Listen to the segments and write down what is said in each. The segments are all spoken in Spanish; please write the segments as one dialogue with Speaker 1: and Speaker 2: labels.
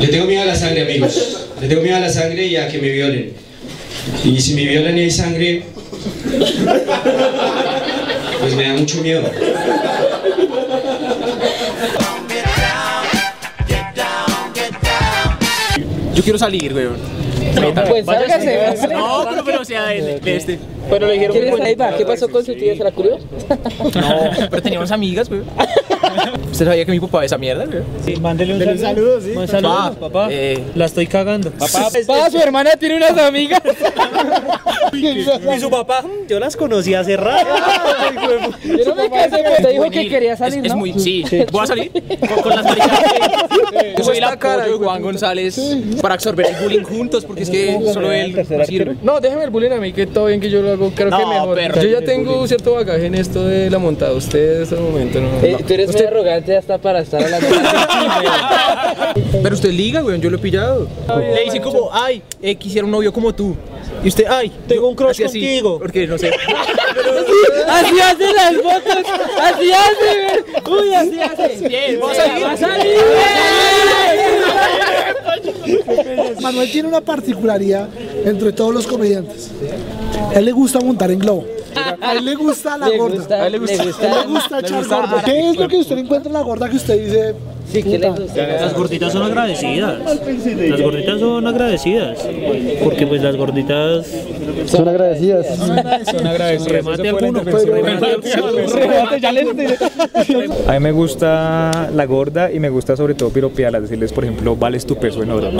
Speaker 1: Le tengo miedo a la sangre, amigos. Le tengo miedo a la sangre y a que me violen. Y si me violan y hay sangre, pues me da mucho miedo.
Speaker 2: Yo quiero salir, weón.
Speaker 3: Pues sálgase.
Speaker 2: No, no, pero o sea, de, de este.
Speaker 3: Pero le dijeron ¿Quién es Aiba? ¿Qué pasó con su tía? ¿Se la curió?
Speaker 2: No, pero teníamos amigas, weón. ¿Usted sabía que mi papá es esa mierda, Ah, eh, weón?
Speaker 4: Mándele un saludo, sí.
Speaker 2: saludo, papá.
Speaker 4: La estoy cagando. Papá,
Speaker 3: Pa, su hermana tiene unas amigas.
Speaker 4: y su papá, mm, yo las conocí hace rato.
Speaker 3: Yo no me casé con Te dijo que
Speaker 2: Juvenil.
Speaker 3: quería
Speaker 2: Es-
Speaker 3: salir,
Speaker 2: es,
Speaker 3: ¿no?
Speaker 2: muy, sí, voy a salir con, con las maricas. Yo soy la cara de Juan González para absorber el bullying juntos, porque es que solo él no sirve.
Speaker 5: No, déjeme el bullying a mí, que todo bien que yo lo hago, creo que
Speaker 2: No,
Speaker 5: mejor.
Speaker 2: perro.
Speaker 5: Yo ya tengo cierto bagaje en esto de la montada, usted en este momento no.
Speaker 3: Eh, Tú eres muy arrogante hasta para estar hablando.
Speaker 2: Pero usted liga, weón, yo lo he pillado. Le dice como, ay, eh, quisiera un novio como tú. Y usted, ay,
Speaker 4: Tengo
Speaker 2: yo-
Speaker 4: un crush
Speaker 2: así, así,
Speaker 4: contigo.
Speaker 2: Porque no sé.
Speaker 3: Así hace las fotos. Así hace, güey. Uy, así hace.
Speaker 2: Bien, vamos a ir.
Speaker 3: Va a salir, güey.
Speaker 6: Manuel tiene una particularidad entre todos los comediantes. A él le gusta montar en globo. A él le gusta la
Speaker 3: Le
Speaker 6: gorda.
Speaker 3: gusta,
Speaker 6: a
Speaker 3: le
Speaker 6: él
Speaker 3: gusta.
Speaker 6: le gusta echar gorda. ¿Qué es lo que usted encuentra en la gorda que usted dice? "Pues
Speaker 3: Sí, que le gusta.
Speaker 4: Las gorditas son agradecidas. Las gorditas son agradecidas. Porque pues las gorditas
Speaker 6: Son agradecidas.
Speaker 4: remate alguno.
Speaker 7: A mí me gusta la gorda y me gusta sobre todo piropearla, decirles, por ejemplo, vales tu peso en oro.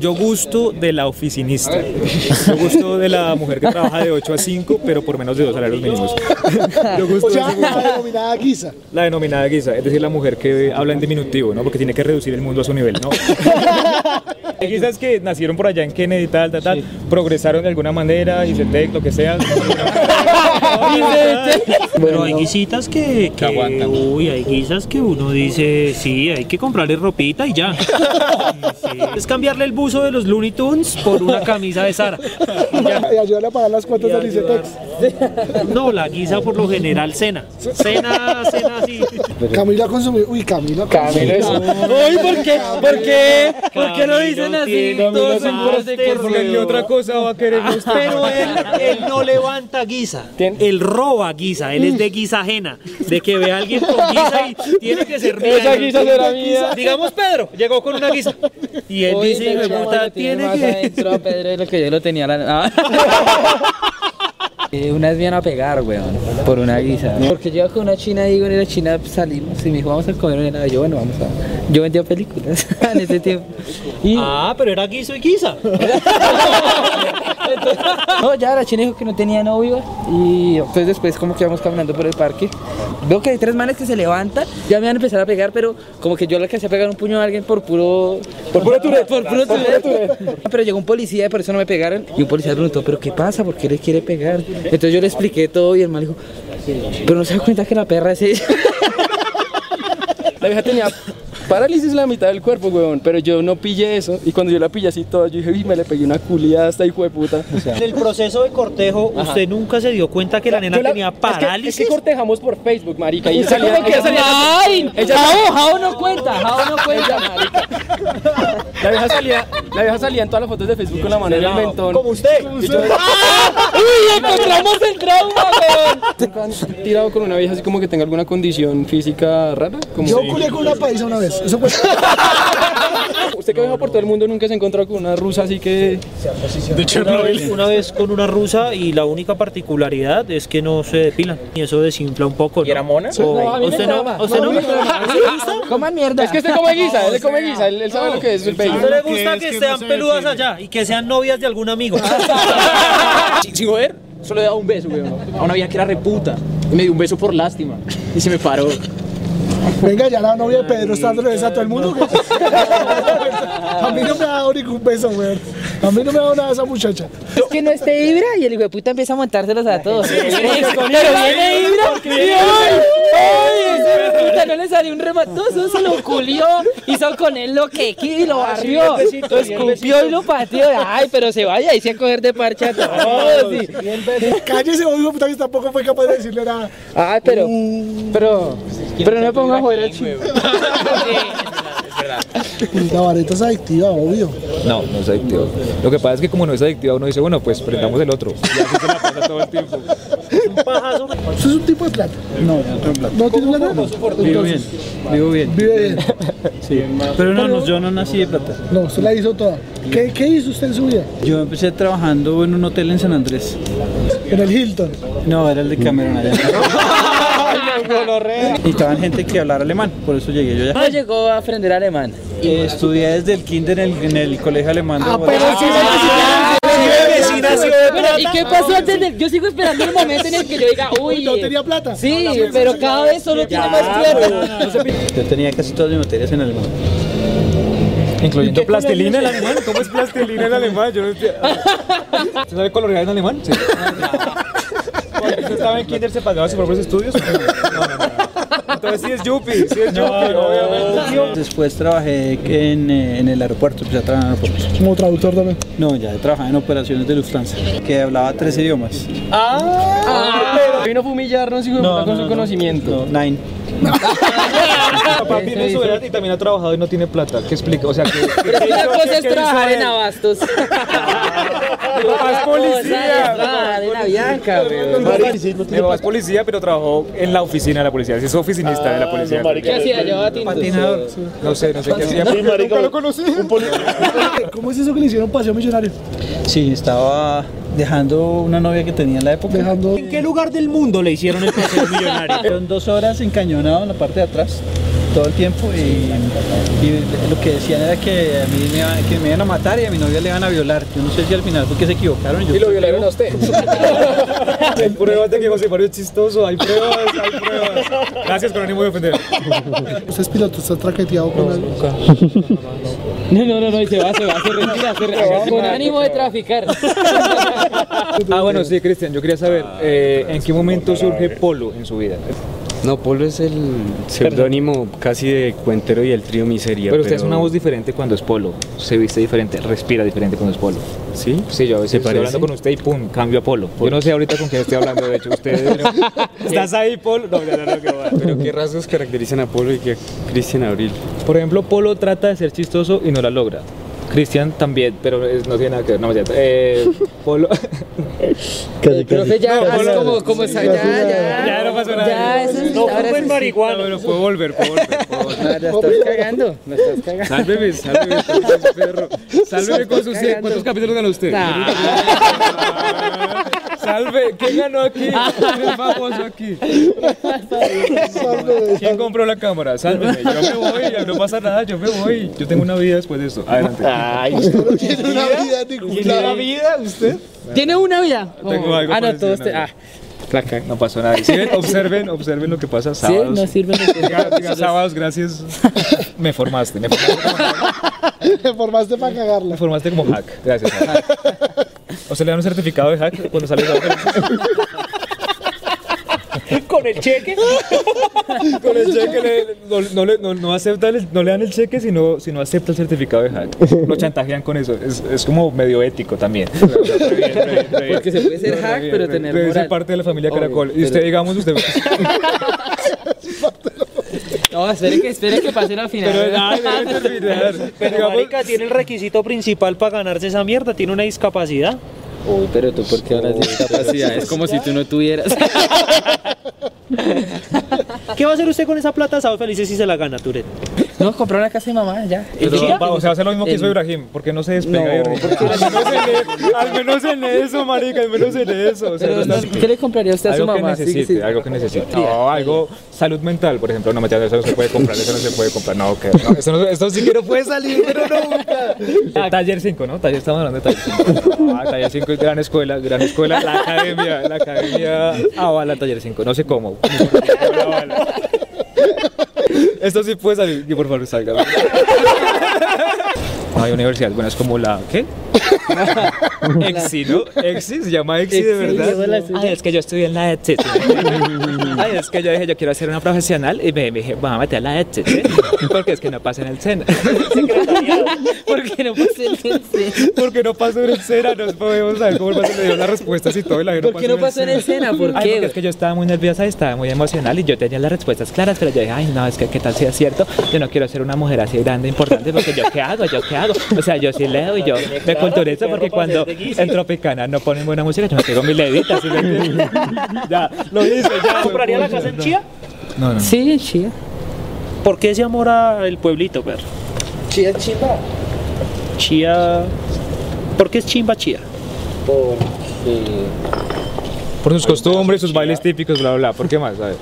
Speaker 7: Yo gusto de la oficinista. Yo gusto de la mujer que trabaja de 8 a 5, pero por menos de dos salarios mínimos. Yo gusto
Speaker 6: O
Speaker 3: Pues
Speaker 7: de
Speaker 6: sea,
Speaker 7: ese grupo.
Speaker 6: la denominada guisa.
Speaker 7: la denominada guisa, es decir, la mujer que habla en diminutivo, ¿no? Porque tiene que reducir el mundo a su nivel, ¿no? Hay guisas que nacieron por allá en Kennedy, tal, tal, tal, progresaron de alguna manera, y lo que sea.
Speaker 4: Pero hay guisitas que, que- uy, hay guisas que uno dice, sí, hay que comprarle ropita y ya. Sí. Es cambiarle el buzo de los Looney Tunes por una camisa de Sara.
Speaker 6: Y ayúdale a pagar las cuotas del ICETEX.
Speaker 4: No, la guisa por lo general cena. Cena, cena así.
Speaker 6: Camilo ha consumido. Uy, Camilo. ha consumido.
Speaker 3: Uy, ¿por qué? ¿Por qué? ¿Por qué lo dicen así? Todos seguros de que sí.
Speaker 7: otra cosa va a querer
Speaker 4: Pero él, él no levanta guisa. Él roba guisa. Él es de guisa ajena. De que ve a alguien con guisa y tiene que ser mía.
Speaker 5: Esa guisa será mía.
Speaker 4: Digamos Pedro, llegó con una guisa. Y él
Speaker 3: Uy,
Speaker 4: dice,
Speaker 3: ese
Speaker 4: "Hijo de
Speaker 3: chamo
Speaker 4: puta,
Speaker 3: lo tiene
Speaker 4: tiene
Speaker 3: más
Speaker 4: que...
Speaker 3: adentro a Pedro de lo que yo lo tenía. La... Ah. Eh, Una vez me iban a pegar, weón, por una guisa. Porque yo iba con una china y con la china salimos y me dijo, vamos a comer una helado". Yo, bueno, vamos a. Yo vendía películas en ese tiempo. Y.
Speaker 4: Ah, pero era guiso y guisa.
Speaker 3: No, ya la china dijo que no tenía novio y entonces después como que vamos caminando por el parque. Veo que hay tres manes que se levantan, ya me van a empezar a pegar, pero como que yo le alcancé a pegar un puño a alguien por puro... Por puro Por puro turete. Pero llegó un policía y por eso no me pegaron. Y un policía preguntó, ¿pero qué pasa? ¿Por qué le quiere pegar? Entonces yo le expliqué todo y el man dijo, pero no se da cuenta que la perra es ella.
Speaker 5: La vieja tenía parálisis en la mitad del cuerpo, weón, pero yo no pillé eso. Y cuando yo la pillé así toda, yo dije, uy, me le pegué una culiada hasta hijo de puta.
Speaker 4: En el proceso de cortejo, ¿usted nunca se dio cuenta que la nena
Speaker 5: Yo la-
Speaker 4: tenía
Speaker 5: es que- Es que,
Speaker 4: parálisis?
Speaker 5: cortejamos por Facebook, marica. Y
Speaker 3: Ella
Speaker 5: salía, ella salía-
Speaker 3: ¡Ay! Jao, Jao no cuenta, Jao no cuenta, marica.
Speaker 5: la, vieja salía, la vieja salía en todas las fotos de Facebook con la mano en el mentón.
Speaker 4: Como usted.
Speaker 3: ¡Uy, encontramos el trauma, weón!
Speaker 5: ¿Han tirado con una vieja así como que tenga alguna condición física rara? Como
Speaker 6: Yo culé con una paisa una vez. Eso fue.
Speaker 5: Usted que viaja por todo el mundo nunca se ha encontrado con una rusa así que...
Speaker 4: Una vez, una vez con una rusa y la única particularidad es que no se depilan y eso desinfla un poco. ¿no?
Speaker 2: ¿Y era mona?
Speaker 4: O-
Speaker 3: No, a mí me
Speaker 4: ¿Usted no?
Speaker 3: traba.
Speaker 4: ¿Usted no?
Speaker 3: No, a mí me traba.
Speaker 4: ¿Usted le gusta?
Speaker 3: Coman mierda.
Speaker 5: Es que usted come guisa, él come guisa, él, él sabe lo que es el baby.
Speaker 4: ¿Usted le gusta que sean peludas allá y que sean novias de algún amigo?
Speaker 2: Sin, sin joder, solo le daba un beso, weón. A una vieja que era reputa. Y me dio un beso por lástima. Y se me paró.
Speaker 6: Venga, ya la novia de Pedro está dando besos a todo el mundo. güey. A mí no me ha dado ningún beso, güey. A mí no me ha dado nada esa muchacha.
Speaker 3: Es que no esté Ibra y el hijo de puta empieza a montárselos a todos. Pero viene Ibra y ¡ay! ¡Ay! Ese hijo de puta no le salió un rematoso, se lo culió, hizo con él lo que quiso y lo barrió, lo escupió y lo pateó. ¡Ay, pero se vaya! Y se a coger de parcha a todos. y-
Speaker 6: Cállese, oh, hijo de puta, que tampoco fue capaz de decirle nada.
Speaker 3: ¡Ay, Ah, pero! Pero, pero no me ponga a joder al chico.
Speaker 6: Pues la vareta es adictiva, obvio.
Speaker 7: No, no es adictivo. Lo que pasa es que como no es adictivo, uno dice, bueno, pues prendamos el otro. Y así se la pasa todo el tiempo.
Speaker 6: Eso es un tipo de plata. No, no tiene plata. No
Speaker 4: Vivo bien, vivo bien.
Speaker 6: Vive bien.
Speaker 4: Pero no, no, yo no nací de plata.
Speaker 6: No, usted la hizo toda. ¿Qué, qué hizo usted en su vida?
Speaker 4: Yo empecé trabajando en un hotel en San Andrés.
Speaker 6: En el Hilton.
Speaker 4: No, era el de Cameron allá. Y estaban gente que hablara alemán, por eso llegué yo ya.
Speaker 3: ¿Cómo llegó a aprender alemán?
Speaker 4: Eh, estudié desde el kinder en el, en el colegio alemán de Bogotá.
Speaker 6: pero sí,
Speaker 3: Bueno, ¿y qué pasó antes del- Yo sigo esperando el momento en el que yo diga, uy,
Speaker 6: No tenía plata.
Speaker 3: sí, pero cada vez solo tiene más plata.
Speaker 4: Yo tenía casi todas mis materias en alemán.
Speaker 7: Incluyendo plastilina en alemán. ¿Cómo es plastilina en alemán? Yo no entiendo. ¿Se sabe colorear en alemán? Sí. Cuando yo estaba en kinder se pagaba sus propios estudios. No, no, no. Entonces sí es Yupi, sí es Yupi, obviamente.
Speaker 4: Después trabajé en, eh, en el aeropuerto, empecé a trabajar en aeropuertos.
Speaker 6: Como traductor también.
Speaker 4: No, ya trabajaba en operaciones de Lufthansa, que hablaba tres idiomas.
Speaker 3: Ah,
Speaker 5: Vino a humillarnos y
Speaker 4: No,
Speaker 5: con
Speaker 4: no,
Speaker 5: su
Speaker 4: no.
Speaker 5: conocimiento.
Speaker 4: No, nine.
Speaker 7: Papá vive en su edad y también ha trabajado y no tiene plata. ¿Qué explica? O sea, que.
Speaker 3: Pero una cosa es trabajar en abastos.
Speaker 7: Mi papá
Speaker 3: Cosa es
Speaker 7: es policía.
Speaker 3: trabajar en Avianca, weón.
Speaker 7: Mi papá es policía, pero trabajó en la oficina de la policía. Sí, es oficinista de la policía.
Speaker 3: ¿Qué hacía yo a
Speaker 4: Patinador.
Speaker 7: No sé, no sé qué hacía. porque Nunca lo conocí.
Speaker 6: ¿Cómo es eso que le hicieron paseo millonario?
Speaker 4: Sí, estaba dejando una novia que tenía en la época.
Speaker 6: Dejando.
Speaker 4: ¿En qué lugar del mundo le hicieron el paseo millonario? Fueron dos horas encañonado en la parte de atrás todo el tiempo y, y lo que decían era que a mí me, iba- que me iban a matar y a mi novia le iban a violar. Yo no sé si al final fue que se equivocaron. Yo
Speaker 5: Y lo violaron a usted.
Speaker 7: Hay pruebas de que José Mario es chistoso. Hay pruebas, hay pruebas. Gracias con ánimo de ofender.
Speaker 6: Usted es piloto, está traqueteado con algo.
Speaker 3: No, no, no, no, y se va, se va, se retira, se retira. Con ánimo de traficar.
Speaker 7: Ah, bueno, sí, Cristian, yo quería saber eh, en qué momento surge Polo en su vida.
Speaker 8: No, Polo es el seudónimo casi de Cuentero y el trío Miseria.
Speaker 7: Pero usted hace una voz diferente cuando es Polo. Se viste diferente, respira diferente cuando es Polo.
Speaker 8: ¿Sí?
Speaker 7: Sí, yo a veces
Speaker 8: ¿Se
Speaker 7: estoy
Speaker 8: parece?
Speaker 7: hablando con usted y pum, cambio a Polo. Yo no sé ahorita con quién estoy hablando, de hecho, usted. pero- ¿Estás ahí, Polo? No, ya no, no, que va.
Speaker 8: ¿Pero qué rasgos caracterizan a Polo y qué a Cristian Abril?
Speaker 7: Por ejemplo, Polo trata de ser chistoso y no la logra. Cristian también, pero es- no tiene nada que ver. No, me eh, Polo.
Speaker 3: El profe ya, así como, como está, ya, ya.
Speaker 7: Ya, no pasó nada.
Speaker 3: Ya, eso es, ahora sí.
Speaker 7: marihuana. No, pero puedo volver, puedo volver, puedo volver.
Speaker 3: Ya estás cagando, me estás cagando.
Speaker 7: Sálveme, sálveme, sálveme, perro. Sálveme con sus 100. ¿Cuántos capítulos ganó usted? Salve, ¿quién ganó aquí? ¿Quién es famoso aquí? ¿Quién compró la cámara? Sálveme, yo me voy, ya no pasa nada, yo me voy. Yo tengo una vida después de esto. Adelante.
Speaker 6: No tiene una vida ninguna.
Speaker 7: vida usted?
Speaker 3: Tiene una vida.
Speaker 7: Tengo algo
Speaker 3: Ah, no,
Speaker 7: parecido,
Speaker 3: todo este.
Speaker 7: una
Speaker 3: Ah,
Speaker 7: vida. No pasó nada. ¿Sí ven? Observen, observen lo que pasa
Speaker 3: sí,
Speaker 7: sábados.
Speaker 3: no sirve. de-
Speaker 7: Diga- diga, sábados, gracias. Me formaste, me formaste.
Speaker 6: Te formaste para
Speaker 7: Me
Speaker 6: cagarla.
Speaker 7: formaste como hack. Gracias. Hack. O sea, le dan un certificado de hack cuando sales de Con el cheque. Con el cheque le- no, no le- no- no aceptan el- no le dan el cheque si no, si no acepta el certificado de hack. Lo chantajean con eso. Es, es como medio ético también.
Speaker 3: Porque se puede ser hack, pero tener
Speaker 7: Debe ser
Speaker 3: moral.
Speaker 7: parte de la familia Caracol. y usted, digamos, usted.
Speaker 3: No, espere que, espere que pase la final.
Speaker 7: Pero, ay, debe terminar.
Speaker 4: Pero marica tiene el requisito principal para ganarse esa mierda, tiene una discapacidad.
Speaker 5: Uy, pero tú, ¿por qué ahora
Speaker 3: Capacidad, es como si tú no tuvieras.
Speaker 4: ¿Qué va a hacer usted con esa plata? Sabe felices si se la gana, Turet.
Speaker 3: No, comprar una casa de mamá, ya.
Speaker 7: Pero va, o sea, hace lo mismo que hizo Ibrahim, porque no se despega de Ibrahim. Al menos, en, e- al menos en eso, marica, al menos en eso. O sea,
Speaker 3: Pero,
Speaker 7: no
Speaker 3: no,
Speaker 7: estás-
Speaker 3: ¿Qué le compraría usted a su
Speaker 7: algo que
Speaker 3: mamá? Sí,
Speaker 7: necesite,
Speaker 3: sí.
Speaker 7: algo que necesite. No, algo salud mental, por ejemplo, no mentira, eso no se puede comprar, eso no se puede comprar. No, que no, eso no, esto sí que no puede salir, pero nunca. Ah, taller 5, ¿no? Taller estamos hablando de taller 5. Ah, taller 5 es gran escuela, gran escuela, la academia, la academia avala el Ah, taller 5, no sé cómo. pero avala. Esto sí puede salir, que por favor salga. No hay universidad, bueno, es como la, ¿qué? Exi, ¿no? Exi, se llama Exi de verdad. Ay, es que yo estudié en la ETC. Ay, es que yo dije, yo quiero ser una profesional y me, me dije, vamos a meter a la ETC porque es que no pasa en el SENA.
Speaker 3: Porque no pasé el SENA.
Speaker 7: Porque no pasó en el SENA, no podemos saber cómo el man se le dio las respuestas y todo. Y la gente
Speaker 3: ¿Por qué no pasó en el SENA? ¿Por
Speaker 7: Ay,
Speaker 3: qué?
Speaker 7: porque es que yo estaba muy nerviosa y estaba muy emocional y yo tenía las respuestas claras, pero yo dije, ay, no, es que qué tal si es cierto, yo no quiero ser una mujer así grande, importante, porque yo qué hago, yo qué hago. O sea, yo sí leo y yo me culturizo porque cuando en Tropicana no ponen buena música, yo me pego mi levita. ¿sí me entiendes? ya, lo hice,
Speaker 4: Pues,
Speaker 7: ya.
Speaker 9: ¿Compraría la casa en Chía?
Speaker 7: No, no.
Speaker 3: Sí, chía.
Speaker 9: ¿Por qué ese amor al pueblito, perro?
Speaker 3: Chía, chimba.
Speaker 9: Chía. ¿Por qué es chimba chía?
Speaker 7: Por sus costumbres, sus bailes típicos, bla, bla, bla. ¿Por qué más? A ver.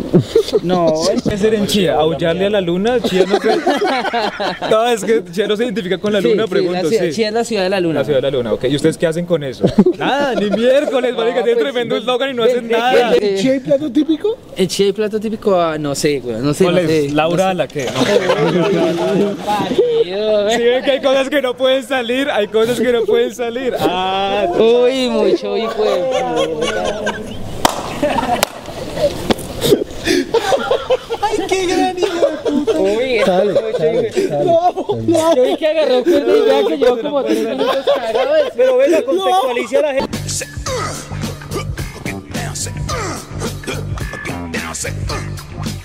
Speaker 3: No, pues,
Speaker 7: Es ser en Chía, aullarle a la luna, Chía no se... No, es que Chía no se identifica con la luna,
Speaker 3: la
Speaker 7: pregunto,
Speaker 3: ciudad-
Speaker 7: sí.
Speaker 3: Chía es la ciudad de la luna.
Speaker 7: La ciudad de la luna, ok. ¿Y ustedes qué hacen con eso? Nada, ni miércoles, vale, que
Speaker 3: pues,
Speaker 7: tienen tremendo eslogan y no hacen nada.
Speaker 3: Eh,
Speaker 6: ¿Chía y plato típico?
Speaker 3: El chía y plato típico, ah, no sé, güey, no sé,
Speaker 7: ¿Cuál
Speaker 3: no sé.
Speaker 7: es? ¿Laura la que? No. Si ven que hay cosas que no pueden salir, hay cosas que no pueden salir. Ah,
Speaker 3: Uy, mucho hijo de Ay, qué gran hijo de puta. Uy, es mucho hijo de- Yo vi que agarró cuerda y ya que llevó como tres minutos cagado.
Speaker 9: Pero venga, contextualice a la gente.
Speaker 10: Get down, say, uh, uh, get down, say, uh,